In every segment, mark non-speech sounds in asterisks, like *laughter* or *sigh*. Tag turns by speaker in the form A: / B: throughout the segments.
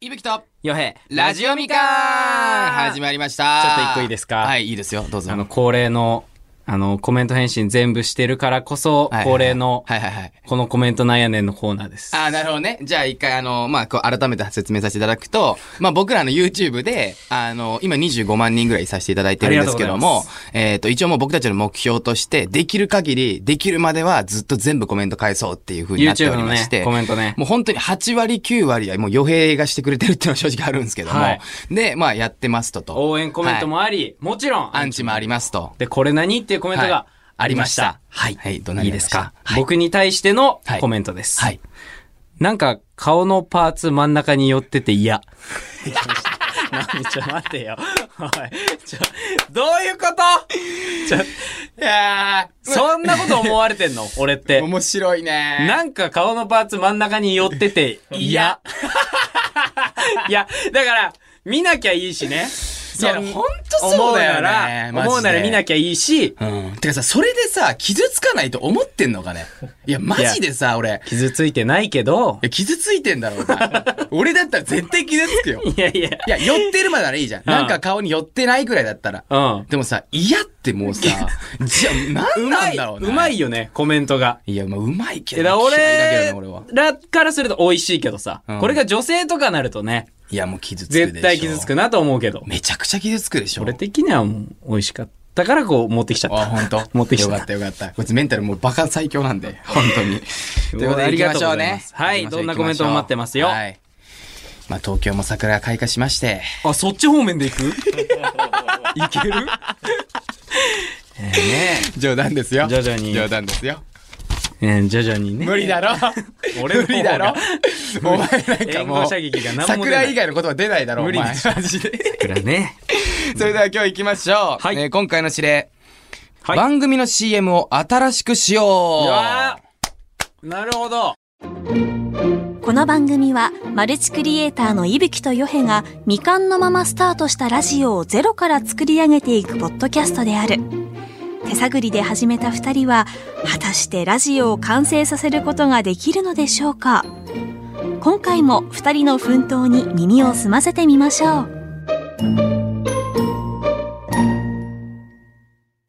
A: いぶきと
B: よへ
A: ラジオミカ始まりました
B: ちょっと一個いいですか
A: はいいいですよどうぞ
B: あの恒例のあのコメント返信全部してるからこそ
A: はいはいはい
B: 恒例の
A: はいはいはい
B: このコメントなんやねんのコーナーです
A: あーなるほどね。じゃあ一回あの、まあ、こう改めて説明させていただくと、まあ、僕らの YouTube で、あの、今25万人ぐらいさせていただいてるんですけど
B: ありがとうご
A: も
B: ざい、
A: えっ、と、一応もう僕たちの目標として、できる限り、できるまではずっと全部コメント返そうっていう風になってお
B: YouTube
A: り
B: の
A: ま
B: ね
A: して、
B: コメントね
A: もう本当に8割9割はもう余兵がしてくれてるっていうのは正直あるんですけども、
B: はい
A: で、まあ、やってますとと。
B: 応援コメント
A: はい
B: もありもちろん
A: アンチもありますと。
B: でこれ何っていうコメント
A: は
B: が
A: いありました。
B: はい
A: はい、どうなり
B: いい
A: ま
B: で
A: し
B: す
A: た
B: か僕に対しての
A: はい
B: コメントです
A: はい。
B: なんか顔のパーツ真ん中に寄って
A: *laughs*
B: て嫌何ちょ待ってよおいちょどういうこと
A: *laughs*
B: ちょ
A: いや
B: そんなこと思われてんの俺って
A: 面白いね。
B: なんか顔のパーツ真ん中に寄ってて、 *laughs* いや。いや、 *laughs* だから、見なきゃいいしね。い
A: やほんとそうだよね
B: 思うなら、思うな
A: マジ
B: ら
A: で
B: 見なきゃいいし、
A: うん。てかさ、それでさ、傷つかないと思ってんのかね。いや、マジでさ、俺。い
B: 傷ついてないけど、
A: や、傷ついてんだろ、お前
B: *laughs*
A: 俺だったら絶対傷つくよ。
B: いやいや、
A: いや、寄ってるまでならいいじゃん。
B: うん
A: なんか顔に寄ってないぐらいだったら。
B: うん。
A: でもさ、嫌ってもうさ、じゃあ、
B: う
A: 何
B: ま
A: なん
B: い、
A: だろう
B: う
A: な。
B: まいよね、コメントが。
A: いや、まあ、うまいけ
B: え、だから
A: ど、嫌いだけどね、俺
B: 俺
A: は。
B: らからすると美味しいけどさ、
A: うん
B: これが女性とかなるとね、
A: いや、もう傷つくでしょ。
B: 絶対傷つく。なと思うけど、
A: めちゃくちゃ傷つくでしょ。
B: 俺的にはもう美味しかったからこう持ってきちゃっ
A: あ、
B: た。
A: 本当。
B: 持ってき
A: よ
B: ち
A: か
B: ゃった
A: ったよかった。こいつメンタルもうバカ最強なん
B: *laughs*
A: で、本当に。ということで
B: あ
A: 行
B: り
A: き
B: が
A: ま
B: と
A: し
B: うご
A: ょ
B: ざ
A: う
B: いま
A: ね。
B: すは
A: 行きまし
B: い
A: ょう
B: どんなコメントも待ってますよ
A: はい。まあ東京も桜が開花しまして、
B: あ、そっち方面で行 *laughs* くいけるね
A: 冗談ですよ。
B: 徐々に
A: 冗談ですよ。
B: えねえ徐々にね。
A: 無理だろ。
B: 俺の方が
A: 無理だろ。お前なんか
B: 援
A: も
B: 護
A: う、
B: 射撃が何も出な
A: 桜
B: い
A: 以。外のことは出ないだろ、お前
B: 無理でし
A: マジで。
B: 桜ね。
A: *laughs* それでは今日行きましょう。
B: はい
A: えー今回の指令。
B: はい
A: 番組の CM を新しくしよ
B: う
A: う。
B: わーなるほど。
C: この番組はマルチクリエイターの伊吹とヨヘが未完のままスタートしたラジオをゼロから作り上げていくポッドキャストである手探りで始めた2人は果たしてラジオを完成させることができるのでしょうか今回も2人の奮闘に耳を澄ませてみましょう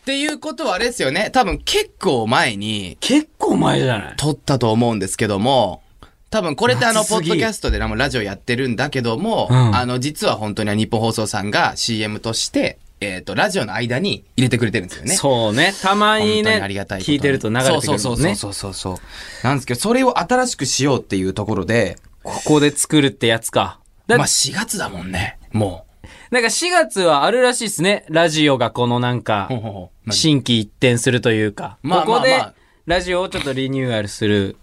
A: っていうことはあれですよね。多分結構前に、
B: 結構前じゃない
A: 撮ったと思うんですけども、多分これってあの、
B: 夏
A: ポ
B: すぎ
A: ッドキャストでもラジオやってるんだけども、
B: うん
A: あの、実は本当に日本放送さんが CM として、えっ、と、ラジオの間に入れてくれてるんですよね。
B: そうね。た
A: 本
B: まに
A: 当に
B: ね、
A: ありがたいこと
B: 聞
A: に
B: いてると流れてくるもんね。
A: そうそうそうそうそうそう。なんですけど、それを新しくしようっていうところで、
B: ここで作るってやつか。
A: ま
B: だ
A: あ4月だもんね、も
B: なんか4月はあるらしいですね。ラジオがこのなんか
A: う。、ほうほう
B: 新規一転するというか。
A: まあ
B: ここ
A: まあま
B: で
A: あ、
B: ラジオをちょっとリニューアルする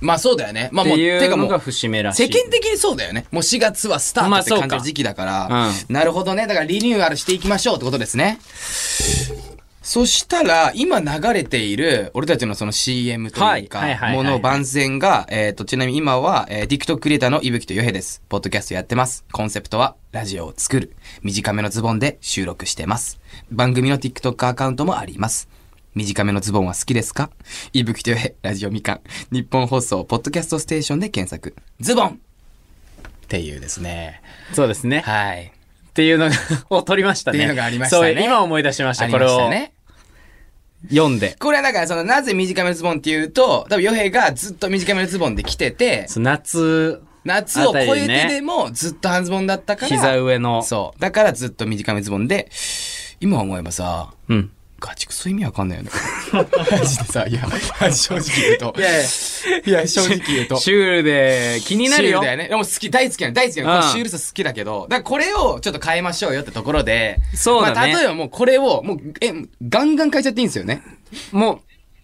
A: まあそうだよね。ま
B: っ
A: あ
B: て
A: もう、
B: い
A: てか
B: う
A: も
B: の
A: う
B: が、節目らしい。
A: 世間的にそうだよね。もう4月はスタートって感
B: まあそ
A: じ
B: う
A: の
B: か
A: 時期だから、
B: う
A: なるほどね。だからリニューアルしていきましょうってことですね。そしたら、今流れている、俺たちのその CM という
B: はいはいはい
A: か、
B: はい
A: もの番宣が、えっと、ちなみに今は、えー TikTok クリエイターのいぶきとよへです。ポッドキャストやってます。コンセプトは、ラジオを作る。短めのズボンで収録してます。番組の TikTok アカウントもあります。短めのズボンは好きですかいぶきとよへ、ラジオみかん。日本放送、ポッドキャストステーションで検索。ズボンっていうですね。
B: そうですね。 *laughs*
A: はい。
B: っていうのがを取りましたね。
A: っていうのがありましたね
B: そう今思い出しました。
A: あり
B: こ
A: ま
B: れ
A: し
B: を
A: たね。
B: 読んで。
A: これはだから、その、なぜ短めのズボンっていうと、多分、ヨヘがずっと短めのズボンで来てて、
B: そう夏、
A: 夏を超え
B: あた
A: て
B: り
A: で
B: ね
A: もずっと半ズボンだったから、
B: 膝上の。
A: そう。だからずっと短めズボンで、今思えばさ、
B: うん。
A: ガチクソ意味わかん
B: *laughs*
A: ないよね。マジでさ、いや、正直言うと。
B: いやいや
A: いや、正直言うと。
B: シュールで気になる
A: シュ
B: よ。
A: ールだよね。でも好き、大好きなの、大好きなの。
B: うん
A: このシュールさ好きだけど、だからこれをちょっと変えましょうよってところで。
B: そうだね
A: まあ、例えばもうこれを、もう、え、ガンガン変えちゃっていいんですよね。
B: も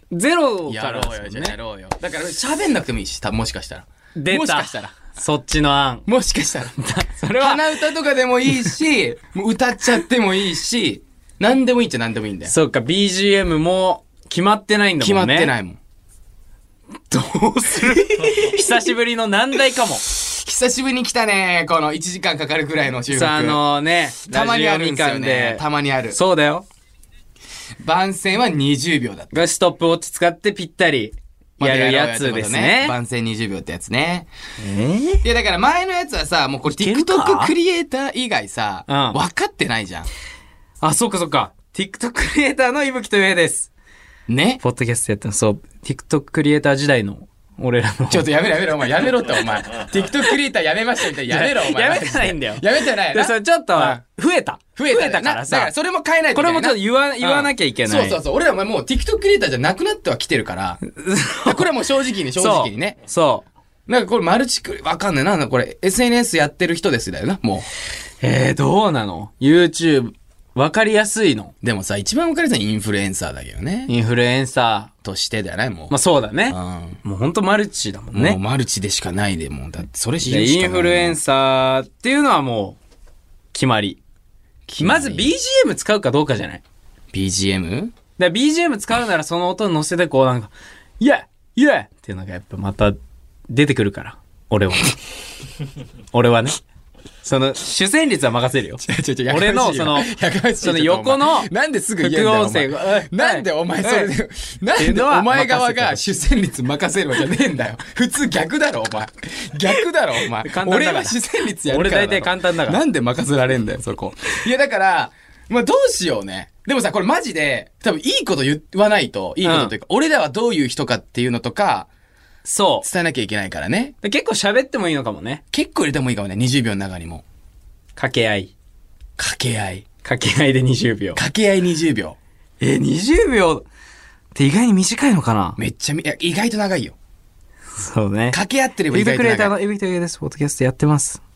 B: う、ゼロからですもんね、
A: ろうよ。だから喋んなくてもいいし、たもしかしたら。
B: 出た。
A: もしかしたら。
B: そっちの案。
A: もしかしたら。
B: *laughs* それは、
A: 鼻歌とかでもいい
B: *laughs*
A: し、もう歌っちゃってもいいし、何でもいいっちゃ何でもいいんだよ。
B: そうか、BGM も決まってないんだ
A: 決
B: も
A: ま
B: ん
A: っ
B: ね。。
A: てないいもん。
B: どうす
A: *laughs*
B: る久しぶりの難題かも。
A: 久しぶりに来たね、この1時間かかるくらいの収録。
B: さあ、あのね、
A: たまにあるんですよね
B: ラ。ジオ
A: た
B: みかん
A: まにある
B: で。。そうだよ。
A: 番宣は20秒だった。
B: がストップウォッチ使ってぴったり。やるやつですね
A: 番宣20秒ってやつね。
B: え
A: いや、だから前のやつはさ、もうこれ
B: いけるか
A: TikTok クリエイター以外さ、
B: うん
A: 分かってないじゃん。
B: あ、そうかそうか。TikTok クリエイターのいぶきとゆえです。
A: ね
B: ポッドキャストやったの、そう。TikTok クリエイター時代の、俺らの。
A: ちょっとやめろやめろ、お前。やめろって、お前。TikTok クリエイターやめましたみたいな。やめろ、お前。
B: やめてないんだよ
A: *laughs* やめてない
B: で
A: な。
B: それちょっと
A: うん、
B: 増えた。
A: 増えた
B: たから
A: なだ
B: さ
A: から。それも変えないと
B: こ
A: いけ
B: れ
A: ないな
B: もちょっと言わ、言わなきゃいけない。
A: そうそうそう。俺らお前もう TikTok クリエイターじゃなくなったは来てるから。これはもう正直に正直にね。
B: そう。そう。
A: なんかこれマルチクリ、わかんないな。なんだこれ SNS やってる人ですだよな、も
B: えー、どうなの ?YouTube、わかりやすいの
A: う。でもさ、一番わかりやすいのはインフルエンサーだけどね。
B: インフルエンサ
A: としてだよね、も
B: ー。まあそうだね
A: う。。うん。
B: もうほんとマルチだもん
A: もう
B: ね。
A: マルチでしかないで、もう。だってそれ知
B: で
A: るしか
B: イ
A: ない。
B: ンフルエンサーっていうのはもう、決まり。まず BGM 使うかどうかじゃない
A: BGM?
B: だから BGM 使うならその音に乗せてこうなんか、イエイイエっていうのがやっぱまた出てくるから。俺は。 *laughs* 俺はね。その、主旋律は任せるよ。俺のその、その横の
A: なんですぐ言えんだよお前
B: 副音声が
A: なんでお前それで、なんでお前側が主戦率任せるわけじゃねえんだよ。普通逆だろ、お前。逆だろ、お前
B: 簡単だ。から
A: 俺は主戦率やるからだろ。
B: 俺大体簡単だから
A: なんで任せられんだよ、そこ。いや、だから、まあどうしようね。でもさ、これマジで、多分いいこと言わないと、いいことというか、俺らはどういう人かっていうのとか、
B: そう。
A: 伝えなきゃいけないからね。
B: で結構喋ってもいいのかもね。
A: 結構入れてもいいかもね、20秒の中にも。
B: 掛け合い。
A: 掛け合い。
B: 掛け合いで20秒。
A: 掛け合い20秒。
B: え、20秒って意外に短いのかな
A: めっちゃみ、いや意外と長いよ。
B: そうね。
A: 掛け合ってれば
B: ビ
A: 意
B: ッグ
A: 外と
B: クリエ
A: 長
B: イター
A: い。
B: のエビクトゲです。ポッドキャストやってます。 *sighs*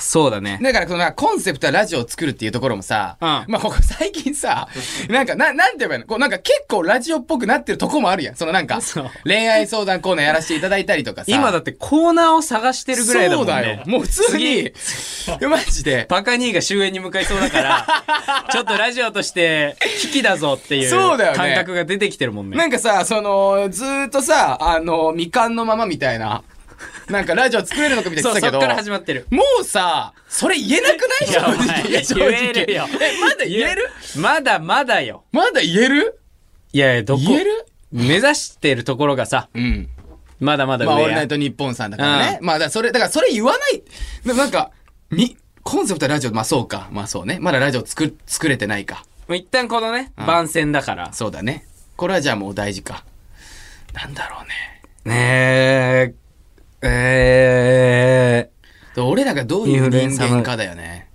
B: そうだね。
A: だから、その、コンセプトはラジオを作るっていうところもさ、
B: うん
A: まあ、ここ最近さ、なんか、な、なんて言えばいいのこう、なんか結構ラジオっぽくなってるとこもあるやん。そのなんか
B: そう、
A: 恋愛相談コーナーやらせていただいたりとかさ。
B: 今だってコーナーを探してるぐらいだもんね。
A: そうだよ。もう普通に、いや *laughs* マジで。
B: バカ兄が終焉に向かいそうだ
A: *laughs*
B: から、ちょっとラジオとして危機だぞっていう
A: そうだよ
B: 感
A: ね
B: 覚が出てきてるもんね。
A: なんかさ、その、ずーっとさ、あの、未完のままみたいな、なんかラジオ作れるのかみたいな言
B: そう、
A: って
B: そ
A: た
B: っ
A: けど。
B: から始まってる。
A: もうさ、それ言えなくない
B: いやお
A: 正
B: 前
A: 直。いや正
B: 言え
A: 直。
B: るよ
A: え、まだ言える
B: まだまだよ。
A: まだ言える
B: いやいや、どこ
A: 言える
B: 目指してるところがさ、
A: うん。
B: まだまだ
A: まあ、オー
B: 上
A: ルナ
B: や
A: イ。トニッポンさんだからね。
B: う
A: まあ、だからそれ、だからそれ言わない。でもなんか、み、コンセプトはラジオ、まあそうか。まあそうね。まだラジオ作、作れてないか。
B: もう一旦このね、
A: うん
B: 番宣だから。
A: そうだね。これはじゃあもう大事か。なんだろうね。
B: ねえ、えー、
A: で俺らがどうい
B: イン
A: う
B: フルエン
A: 人
B: サー
A: 間かだよね。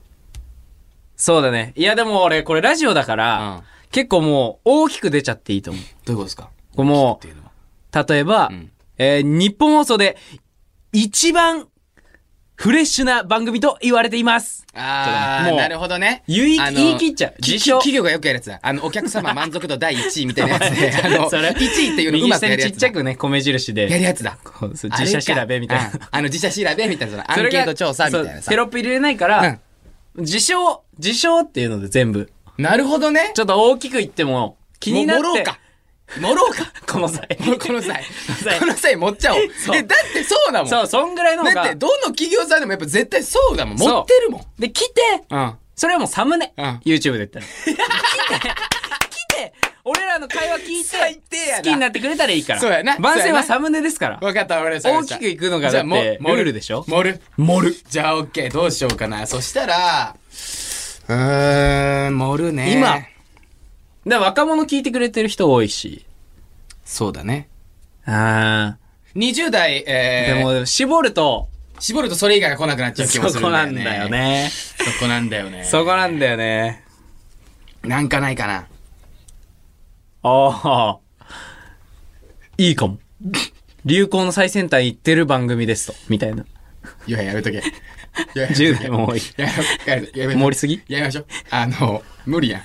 B: そうだね。いやでも俺、これラジオだから、
A: うん
B: 結構もう大きく出ちゃっていいと思う。
A: どういうことですか
B: これもう
A: っていうのは。
B: 例えば、
A: ん
B: えー日本放送で一番フレッシュな番組と言われています。
A: あ
B: ちょっとね
A: ー、
B: もう
A: なるほどね。
B: 言い
A: あの
B: 言い切っちゃう
A: き
B: 自称
A: 企業がよくやるやつだ。あの、お客
B: *laughs*
A: 様満足度第1位みたいなやつで、あの、
B: それ
A: 1位っていうのう
B: 右
A: まく
B: 下
A: やる
B: にち
A: や
B: っ
A: つ
B: ち
A: だ
B: ゃ。くね、米印で。
A: やるやつだ。
B: こうそう自社調べみたい
A: あれか
B: な。
A: うんあの、自社調べみたいな、そのアンケート調査みたいな
B: そ
A: さ
B: うテ。ロップ入れないから、自称、自称っていうので全部。
A: なるほどね。
B: ちょっと大きく言っても気になって。
A: ももろうか。もろうか。
B: この際。
A: もう *laughs* この際
B: 際。
A: この際持っちゃおう。
B: そう
A: え、だってそうだもん。
B: そう、そんぐらいの方
A: だっ
B: が
A: て、。どの企業さんでもやっぱ絶対そうだもん。
B: そう
A: 持ってるもん。
B: で、来て、
A: うん。
B: それはもうサムネ。
A: うん
B: YouTube で言ったら。来て、来て、俺らの会話聞い
A: 最低や
B: て、
A: な
B: 好きになってくれたらいいから。
A: そうやな
B: 番
A: そう
B: 宣
A: やな
B: はサムネですから。
A: わかった、わかりました。
B: 大きくいくのがだって
A: じゃあも
B: ルールでしょ
A: 盛る。
B: 盛る。
A: じゃあ、オッケー、どうしようかな。そしたら、うーん、盛るね。
B: 今。で、若者聞いてくれてる人多いし。
A: そうだね。
B: あ
A: 20代、え
B: で
A: ー、
B: も、絞ると、
A: 絞るとそれ以外が来なくなっちゃう気
B: そ
A: もする
B: こ
A: んだ
B: な
A: よ
B: ん
A: ね。
B: だよ。ね。
A: そこなんだよね。
B: そこなんだよね。
A: なんかないかな。
B: ああ。いいかも。流行の最先端行ってる番組ですと。みたいな。
A: いや、やめとけ。
B: 10代
A: *laughs*
B: も多い
A: やめとけやめとけ
B: 盛りすぎ
A: やめましょう。あの、無理やん。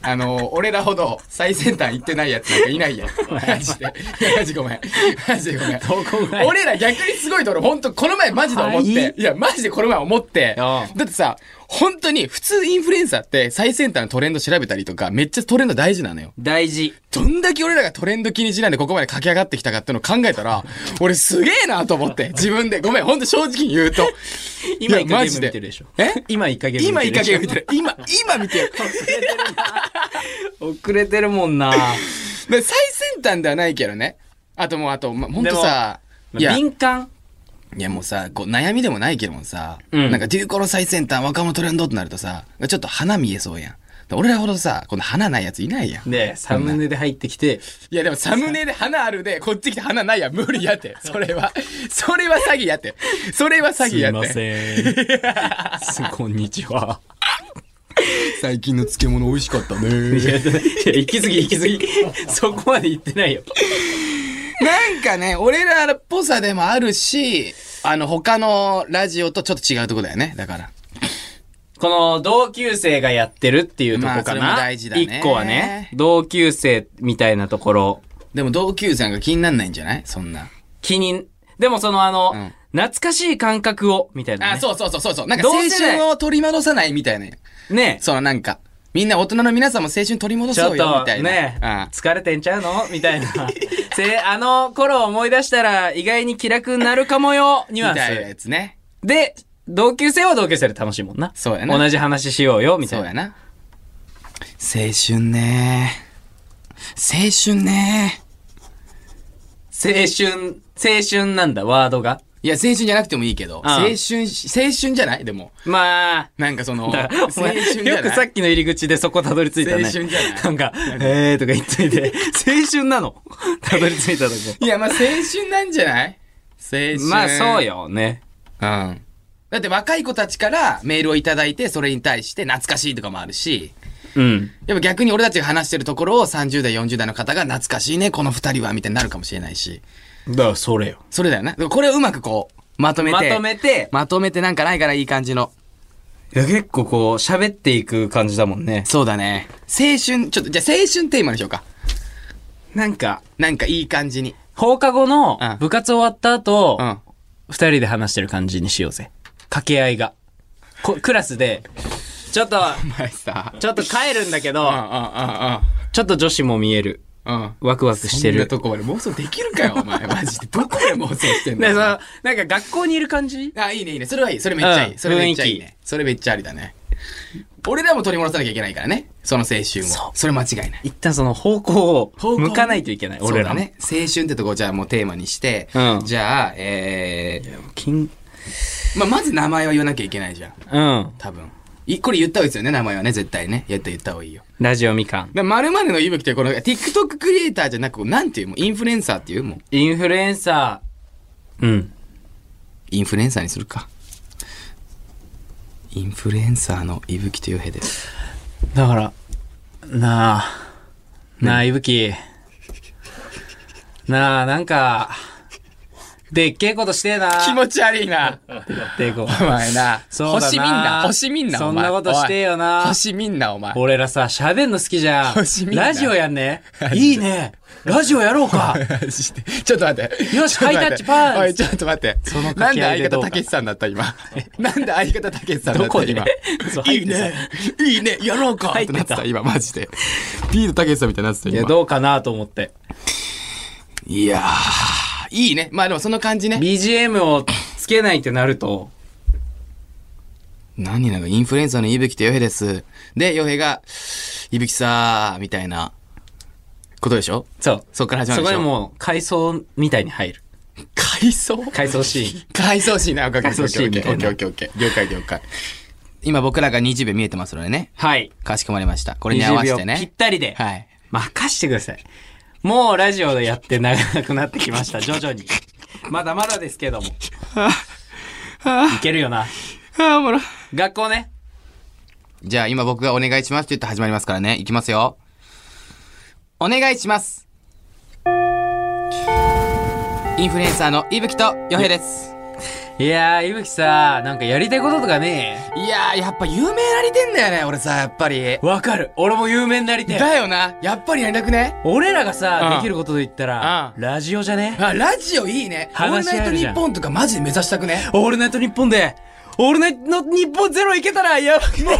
A: あの、俺らほど最先端行ってないやつなんかいないやん。マジで。いやマジごめん。マジでごめん。
B: こぐらい
A: 俺ら逆にすごいと俺、ほんと、この前マジで思っ
B: はい
A: て。いや、マジでこの前思って。だ
B: う
A: ってさ、本当に普通インフルエンサーって最先端のトレンド調べたりとか、めっちゃトレンド大事なのよ。
B: 大事。
A: どんだけ俺らがトレンド気にしないでここまで駆け上がってきたかってのを考えたら、俺すげえなと思って、自分で。ごめん、ほんと正直に言うと。
B: 今
A: いや
B: イカ
A: マ
B: ゲー
A: ジ
B: ム
A: で
B: 見てるでしょ。
A: え
B: 今イカゲーム
A: 今
B: 見
A: いい
B: てる
A: 加
B: でしょ。
A: 減見てる。今、今見てる。
B: *laughs* 遅れてるもんな。
A: で最先たんではないけどね。あともう、あと、ま、ほんとさ、いや、い
B: 敏感
A: やもうさ、こう悩みでもないけどもさ、
B: うん
A: なんか流行の最先端、若者トレンドってなるとさ、ちょっと花見えそうやん。俺らほどさ、この花ないやついないやん。
B: で、サムネで入ってきて、
A: いやでもサムネで花あるで、こっち来て花ないや、無理やって。それは、それは詐欺やって。それは詐欺やって。
B: せん。 *laughs* すこんにちは。
A: 最近の漬物美味しかったね。
B: いや、いや行き過ぎ行き過ぎ。 *laughs* そこまで行ってないよ。
A: なんかね、俺らっぽさでもあるし、あの、他のラジオとちょっと違うとこだよね。だから。
B: この同級生がやってるっていうとこ
A: まあそ
B: か
A: れ
B: な。
A: も大事だね
B: 一個はね、同級生みたいなところ、
A: でも同級生が気になんないんじゃないそんな。
B: 気に、でもそのあの、
A: うん
B: 懐かしい感覚を、みたいな、ね。
A: あ、そうそうそうそうそう。なんか
B: 同
A: 青
B: 世代
A: 春を取り戻さないみたいな。
B: ね
A: そのなんか、みんな大人の皆さんも青春取り戻
B: ちょ
A: そ
B: っ
A: うよ、
B: と
A: みたいな。
B: ね、
A: あ
B: 疲れてんちゃうのみ
A: *laughs*
B: たいな。せ、あの頃を思い出したら意外に気楽になるかもよ、ニュア
A: みたいなや
B: ンス。
A: つね。
B: で、同級生は同級生で楽しいもんな。
A: そうやな
B: 同じ話しようよ、みた
A: そ
B: いう
A: や
B: な。
A: な。青春ね青春ね
B: 青春、青春なんだ、ワードが。
A: いや、青春じゃなくてもいいけど、
B: あ
A: 青
B: あ
A: 春、青春じゃないでも。
B: まあ、
A: なんかその、青
B: だから
A: 春
B: お
A: じゃな
B: 前
A: い
B: よくさっきの入り口でそこたどり着いたね。
A: 青春じゃない
B: んか、えーとか言っといて、青春
A: *laughs*
B: なの。たどり着いたとこ。
A: いや、まあ青春なんじゃない青春。
B: まあそう。よね。
A: うん。だって若い子たちからメールをいただいて、それに対して懐かしいとかもあるし、
B: うん。
A: やっぱ逆に俺たちが話してるところを30代、40代の方が懐かしいね、この二人は、みたいになるかもしれないし。
B: だからそれよ。
A: それだよな。だからこれをうまくこう、まとめ
B: ま
A: て。
B: とめて、
A: まとめてなんかないからいい感じの。
B: いや結構こう、喋っていく感じだもんね。
A: そうだね。青春、ちょっと、じゃあ青春テーマにしようか。
B: なんか、
A: なんかいい感じに。
B: 放課後の
A: うん
B: 部活終わった後、
A: うん。
B: 二人で話してる感じにしようぜ。掛け合いが。こクラスで、ちょっと、
A: お前さ。
B: ちょっと帰るんだけ
A: うんう
B: ど、
A: ん
B: ちょっと女子も見える。
A: うんうん。うん。
B: ワクワクし
A: そ
B: て
A: んな
B: る。
A: とこまで妄想できるかよ、お前。マジで。どこで妄想してん
B: で、
A: だ
B: その、
A: よ。
B: なんか学校にいる感じ
A: あ、いいね、いいね。それはいい。それめっちゃい
B: うん
A: い。それめっちゃいいね。それめっちゃありだね。俺らも取り戻さなきゃいけないからね。その青春
B: そ
A: を。それ間違いない。
B: 一旦その方向
A: 方
B: を
A: 向ね
B: 向かないといけない、俺ら
A: そうだ
B: ね。
A: ね。青春ってとこをじゃあもうテーマにして、
B: うん
A: じゃあ、え
B: 金、
A: ー、まあ、まず名前は言わなきゃいけないじゃん。
B: うん。
A: 多分。いこれ言った方がいいですよね、名前はね、絶対ね。やった言った方がいいよ。
B: ラジオみかん。
A: だまるのいぶきってこの TikTok クリエイターじゃなく、なんていうもうインフルエンサーっていうもう
B: インフルエンサー。うん。
A: インフルエンサーにするか。インフルエンサーのいぶきとよへです。
B: だから、なあ、なあ、いぶき。なあ、なんか、でっけえことしてえな。
A: 持ち悪いな。
B: でっけえこ
A: お前な。
B: そうだな
A: 星見んな。星見んな、お前
B: そんなことしてよな
A: おい星見んな、お前。
B: 俺らさ、喋んの好きじゃ
A: 星見
B: ん。
A: んな
B: ラジオやんね。いいね。ラジオやろ
A: *laughs*
B: うか。
A: マジでちょっと待って。
B: よし
A: ちょっと待って
B: ハイタッチパン
A: おい、ちょっと待って。
B: その
A: な
B: 掛
A: んで
B: け合い
A: 相
B: でど
A: 方
B: う
A: た
B: か
A: けしさんだった、今。 *laughs* なんで相方たけしさんだ
B: ど
A: った、
B: こで
A: 今。
B: そ
A: *laughs*
B: う
A: いいね。いいね。やろうか
B: 入
A: っ
B: ってて
A: な
B: た
A: ってた、今、マジで。ピートたけしさんみたいになってた、
B: いや、
A: 今。
B: どうかなと思って。
A: いやー、いいね。まあでもその感じね。
B: BGM をつけないってなると、
A: 何なんか、インフルエンサーのいぶきとよへです。で、よへが、いぶきさー、みたいな、ことでしょ
B: そう。
A: そっから始まる
B: そ
A: でし
B: こ
A: ょ
B: でもう、回想みたいに入る。
A: 回想
B: 回想シ
A: *laughs*
B: ーン。
A: 回想シーンな、オッケーオッケーオ
B: 回想シーンみたい
A: ッ
B: な
A: ケーオッケーオッケーオッケー了解了解。今僕らが20秒見えてますのでね。
B: はい。
A: かしこまりました。これに合わせて
B: 20秒ぴっ
A: ね。
B: たりで。
A: はい。
B: 任してください。もうラジオでやって長くなってきました、徐々に。まだまだですけども。いけるよな。
A: あ、おもろ。
B: 学校ね。
A: じゃあ今僕がお願いしますって言って始まりますからね。いきますよ。お願いします。インフルエンサーのいぶきとよへです。
B: いやー、いぶきさ、なんかやりたいこととかね
A: いやー、やっぱ有名なりてんだよね、俺さ、やっぱり。
B: わかる。俺も有名になりてえ
A: だよな。やっぱりやりたくね。
B: 俺らがさ、
A: うん
B: できることで言ったら、
A: うん
B: ラジオじゃね
A: あ、ラジオいいね。オール
B: 話し
A: ナイ
B: 合
A: ト
B: える
A: ニ
B: じゃ
A: ッ
B: ん
A: ポンとかマジで目指したくね。
B: オールナイトニッポンで、オールナイトニッポンゼロいけたら、やばいね。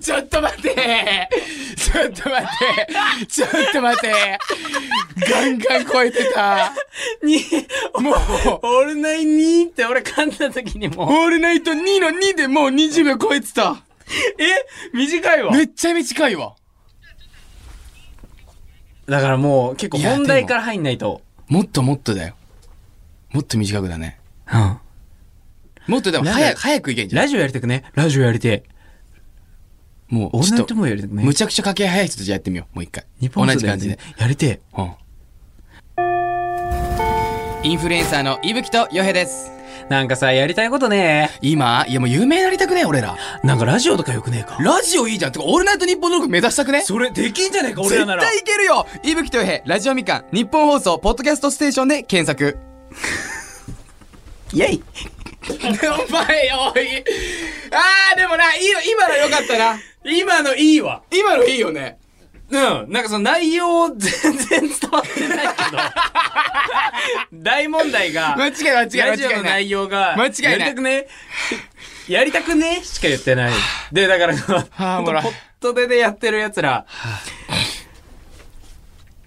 A: ちょっと待ってちょっと待ってちょっと待ってガンガン超えてた
B: に、
A: もう、
B: オールナイにって俺噛んだ時にもう、
A: オールナイト2の2でもう20秒超えてた
B: え短いわ。
A: めっちゃ短いわ。
B: だからもう結構
A: いや
B: 本
A: で
B: 題
A: も
B: から入んないと。
A: もっともっとだよ。もっと短くだね。
B: うん。
A: もっとでも
B: なんだ
A: 早く、早くいけんじゃん。
B: ラジオやりたくねラジオやりてえ。
A: も
B: オ
A: う、
B: ール
A: ち
B: ナ
A: ょっ
B: イ
A: と、
B: トもやりたくね
A: むちゃくちゃ掛け早い人とじゃあやってみよう。もう一回。
B: 日本
A: 同
B: 放送
A: じ
B: でや
A: 感
B: り
A: じ
B: て
A: で。
B: え。やりて
A: う
B: え。
A: んインフルエンサーの伊吹とヨヘです。
B: なんかさ、やりたいことね
A: 今、いやもう有名になりたくね俺ら。
B: なんかラジオとかよくねえか
A: ラジオいいじゃん。てか、オールナイト日本の録目指したくね
B: それできんじゃねえか俺らなら。
A: 絶対いけるよ伊吹とよへ、ラジオみかん、日本放送、ポッドキャストステーションで検索。
B: イェイ
A: *laughs* お前、おい。あー、でもな、いいよ、今のよかったな。
B: 今のいいわ
A: 今のいいよね。
B: うん。なんかその内容全然伝わってないけど。大問題が。
A: 間違いない間違いない
B: ラジオの内容が。
A: 間違いない
B: やりたくね。やりたくねしか言ってない。で、だから、
A: あ
B: ほん
A: ほら
B: とポットででやってる奴ら。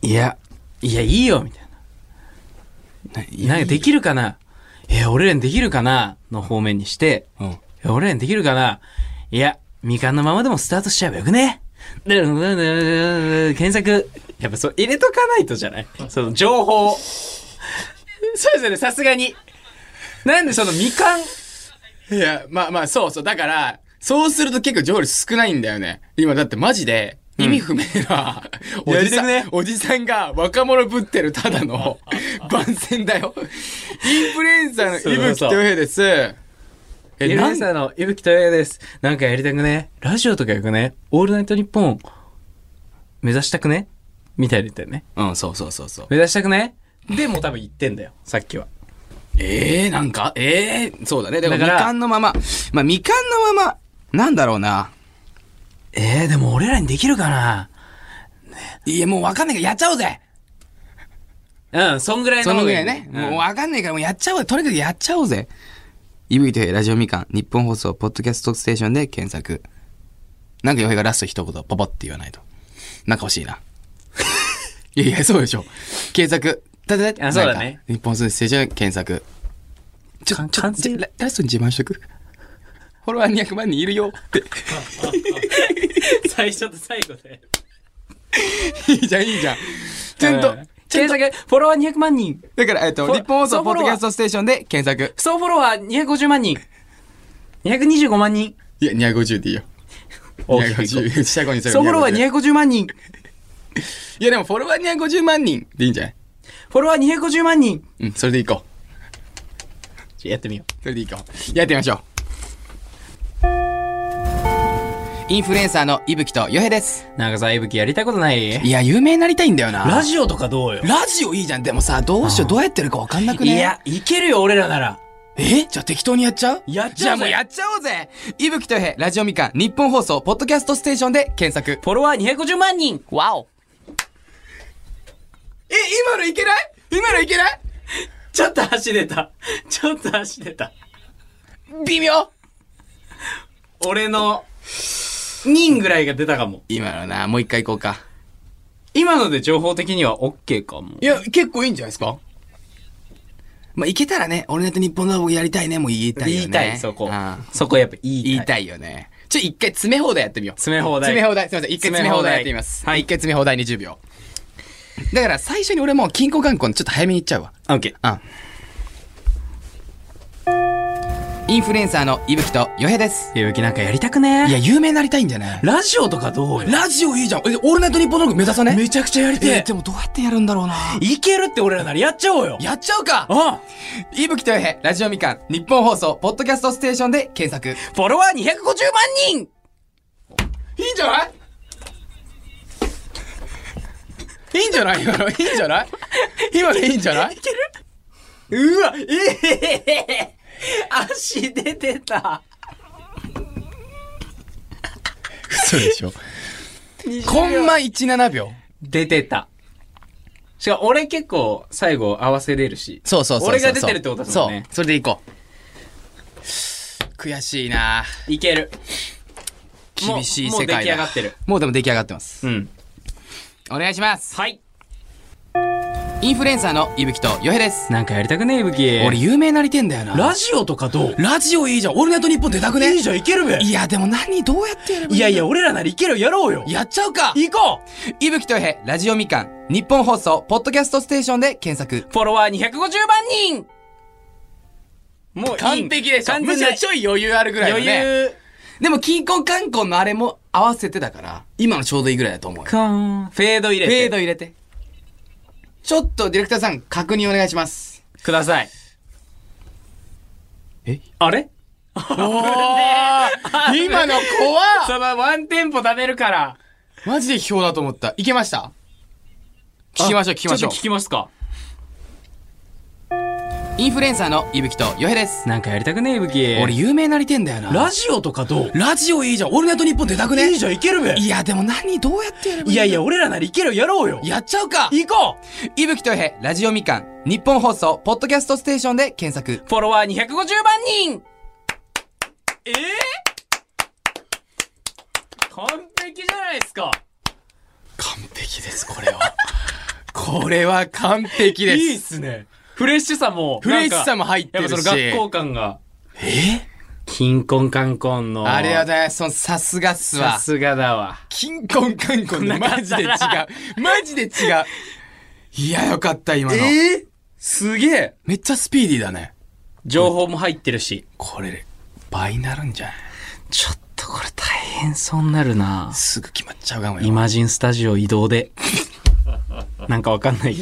B: いや、いや、いいよ、みたいな。なんかできるかな。いや、俺らにできるかなの方面にして。
A: うん。
B: いや俺らにできるかないや、未完のままでもスタートしちゃえばよくね検索。やっぱそう、入れとかないとじゃないその情報を。そうですよね、さすがに。なんでその未完。
A: いや、まあまあ、そうそう。だから、そうすると結構情報量少ないんだよね。今、だってマジで、意味不明 *laughs* な、
B: うん
A: おじさん、
B: やりたくね
A: おじさんが若者ぶってるただ *laughs* の番宣だよ。インフルエンサーの伊吹とよへです。
B: イ
A: え、
B: ンフル
A: な
B: エン
A: ん
B: サーの伊吹豊也です。なんかやりたくねラジオとかよくねオールナイトニッポン目指したくねみたいに言ったよね。
A: うん、そうそうそうそう。
B: 目指したくねでもう多分言ってんだよ、さっきは。
A: ええなんか、ええそうだね。でも、
B: だか
A: 未
B: ら
A: 完のまま。まあ、未完のまま、なんだろうな。
B: えー、でも俺らにできるかない
A: や、もうわかんないから、やっちゃおうぜ
B: うん、そんぐらいの
A: そ
B: 方
A: の
B: が
A: ぐ
B: いい。
A: らいね。
B: うん
A: もうわかんないから、もうやっちゃおうぜとにかくやっちゃおうぜいぶきとへいラジオみかん、日本放送、ポッドキャストステーションで検索。なんか、よへがラスト一言、パパって言わないと。なんか欲しいな。 *laughs* いやいや、そうでしょ。検索。ただ
B: あそうだね。
A: なんか日本放送ステーション検索。ちょ、
B: か
A: ちょ、
B: 完成
A: じゃララストに自慢しとく。フォロワー200万人いるよって。
B: 最初と最後で。
A: いいじゃん、いいじゃん。ちゃんと。
B: 検索、フォロワー200万人。
A: だから、えっと、
B: フォロ
A: 日本放
B: そ
A: 送
B: う
A: ポッドキャストステーションで検索。
B: 総フォロワー250万人。225万人。
A: いや、250でいいよ。
B: 大きくいこ
A: 250。下5に
B: う
A: する
B: 総フォロワー250万人。
A: いや、でもフォロワー250万人でいいんじゃない
B: フォロワー250万人。
A: うん、それでいこう。
B: ちょやってみよ
A: それでいこう。やってみましょう。インフルエンサーの伊吹とよへです
B: う。。なんかさ、いぶきやりたいことない
A: いや、有名になりたいんだよな。
B: ラジオとかどうよ。
A: ラジオいいじゃん。でもさ、どうしよう、どうやってるかわかんなく
B: い
A: ね。
B: や、いけるよ、俺らなら。
A: えじゃあ適当にやっちゃう
B: やっち
A: じゃ
B: ゃ
A: あ
B: うぜ
A: もうやっちゃおうぜ伊吹とよへ、ラジオみかん、日本放送、ポッドキャストステーションで検索。
B: フォロワー250万人。
A: わお。え、今のいけない今のいけない
B: ちょっと走れた。 *laughs* ちょっと走れた。
A: 微妙
B: 俺の、人ぐらいが出たかも。
A: 今のな、もう一回行こうか。
B: 今ので情報的には OK かも。
A: いや、結構いいんじゃないですかまあ、いけたらね、俺のと日本の僕やりたいね、もう言いたいよね。
B: 言いたい、そこ
A: うん。
B: そこやっぱ言いたい。
A: 言いたいよね。ちょ、一回詰め放題やってみよう。
B: 詰め放題
A: 詰め放題、すみません。一回詰め放題やってみます。はい。一回詰め放題20秒。だから最初に俺もう金庫眼光ちょっと早めに行っちゃうわ。
B: オッケー。
A: うん。インフルエンサーの伊吹とよへです。
B: ゆうきなんかやりたくね
A: いや、有名になりたいんじゃない
B: ラジオとかどうよ
A: ラジオいいじゃん。え、オールナイトニッポンの目指さね。
B: めちゃくちゃやりてえ
A: えーでもどうやってやるんだろうな。
B: いけるって俺らならやっちゃおうよ
A: やっちゃうか
B: あ
A: 伊吹とよへ、ラジオみかん、日本放送、ポッドキャストステーションで検索。
B: フォロワー250万人
A: いいんじゃないいいんじゃない今の、いいんじゃない今のいいんじゃないう
B: わええ足出てた
A: 嘘でしょ。コンマ17秒。
B: 出てたしかも俺結構最後合わせれるし
A: そうそうそうそう。
B: 俺が出てるってことだもんね
A: そう。それでいこう。悔しいない
B: けるもう
A: 厳しい世界だ
B: もう出来上がってる
A: もうでも出来上がってます。
B: うん
A: お願いします。
B: はい
A: インフルエンサーの伊吹とよへです。
B: なんかやりたくねえ、いぶき。
A: 俺、有名になりてんだよな。
D: ラジオとかどう
A: ラジオいいじゃん。オールナイトニッポン出たくね
D: いいじゃん、いけるべ。
A: いや、でも何どうやってやればい
D: い
A: い
D: やいや、俺らならいけるよ、やろうよ。
A: やっちゃうか
D: 行こ
A: いぶきとよへ、ラジオみかん、日本放送、ポッドキャストステーションで検索。
B: フォロワー250万人もういい
A: 完璧でしょ。
B: 完
A: む
B: 璧
A: しろちょい余裕あるぐらいの
B: 余
A: ね。
B: 裕。
A: でも、キンコンカンコンのあれも合わせてだから、今のちょうどいいぐらいだと思うよ。
B: コーン。フェード入れ
A: フ
B: て。
A: ェード入れて。ちょっとディレクターさん、確認お願いします。
B: ください。
A: え
B: あれ
A: *laughs* 今の怖っ *laughs*
B: そのワンテンポ食べるから。
A: マジで卑怯だと思った。いけました聞きましょう、聞きましょう
B: ちょっと聞。きますか。
A: インフルエンサーのいぶきとよへです。
B: なんかやりたくねえ、いぶき。
A: 俺、有名になりてんだよな。
D: う。ラジオとかどう
A: ラジオいいじゃん。オールナイトニッポン出たくね
D: いいじゃん、いけるべ。
A: いや、でも何どうやってやればいい
D: いやいや、俺らならいけるよ、やろうよ。
A: やっちゃうか
D: 行こう。
A: いぶきとよへ、ラジオみかん、日本放送、ポッドキャストステーションで検索。
B: フォロワー250万人ええ完璧じゃないですか
A: 完璧です、これ *laughs* は。これは完璧です。
B: いいっすね。フレッシュさも、
A: フレッシュさも入ってるし
B: なんかやっぱその学校感が。え金婚観光の。
A: ありがとうございます。そのさすがっすわ
B: さ。すがだわ。
A: 金婚観光のマジで違う。マジで違う。いや、よかった、今の。
B: えすげえ
A: めっちゃスピーディーだね。
B: 情報も入ってるし。
A: これ、倍になるんじゃない
B: ちょっとこれ大変そうになるな
A: すぐ決まっちゃうかもよ。
B: イマジンスタジオ移動 *laughs* で。なんかわかんない。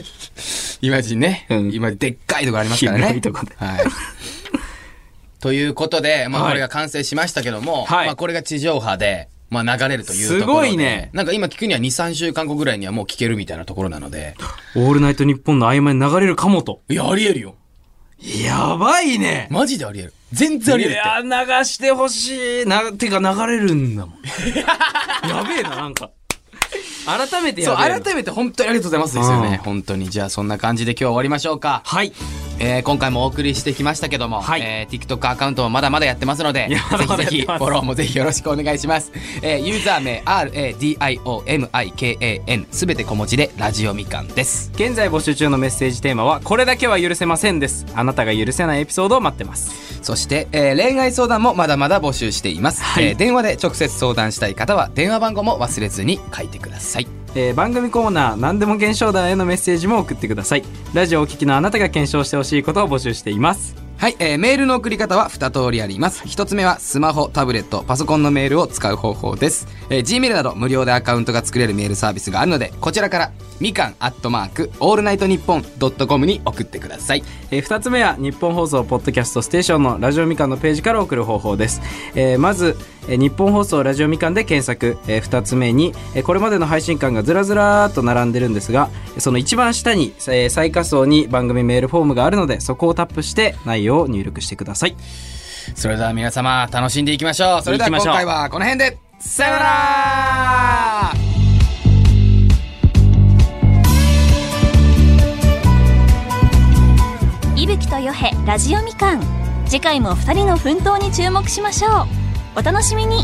A: 今時ね。
B: うん
A: 今、でっかいとこありますからね。
B: 広いとこで
A: はい。ということで、まあ
B: はい
A: これが完成しましたけども、
B: はい
A: まあこれが地上波で、まあ流れるというところで。
B: すごいね
A: なんか今聞くには2、3週間後ぐらいにはもう聞けるみたいなところなの
B: *laughs*
A: で。
B: オールナイトニッポンの合間に流れるかもと。
A: いや、ありえるよ。
B: やばいね
A: マジでありえる。全然ありえる
B: い
A: って。
B: やー流してほしいなてか流れるん
A: *laughs*
B: だもんやべえななんか改めて
A: そ
B: や
A: う、
B: べえな
A: 改めて本当にありがとうございますですよ
B: うん
A: ね。本当に。じゃあそんな感じで今日は終わりましょうか。
B: はい
A: えー今回もお送りしてきましたけども、
B: はい
A: えー TikTok アカウントもまだまだやってますので、
B: いやまだま
A: ぜ
B: だやって
A: ひ
B: ます
A: ぜひフォローもぜひよろしくお願いします。えーユーザー名 RADIOMIKAN すべて小文字でラジオみかんです。
B: 現在募集中のメッセージテーマはこれだけは許せませんですあなたが許せないエピソードを待ってます
A: そして、えー恋愛相談もまだまだ募集しています、
B: はい
A: えー電話で直接相談したい方は電話番号も忘れずに書いてください。
B: えー番組コーナー何でも検証団へのメッセージも送ってくださいラジオをお聞きのあなたが検証してほしいことを募集しています
A: はい、えーメールの送り方は2通りあります。1つ目はスマホ、タブレット、パソコンのメールを使う方法です。えー Gmail など無料でアカウントが作れるメールサービスがあるので、こちらから、みかんアットマーク、オールナイトニッポンドットコムに送ってください。
B: えー、2つ目は日本放送ポッドキャストステーションのラジオみかんのページから送る方法です、えーまず、えー日本放送ラジオみかんで検索、え2つ目に、えーこれまでの配信間がずらずらーっと並んでるんですがその一番下に、えー最下層に番組メールフォームがあるのでそこをタップして内容を入力してください
A: それでは皆様、楽しんでいきましょう。それでは
B: 行
A: 今
B: きましょう
A: 回はこの辺で、さよなら
C: 伊吹とよへラジオみかん次回も2人の奮闘に注目しましょうお楽しみに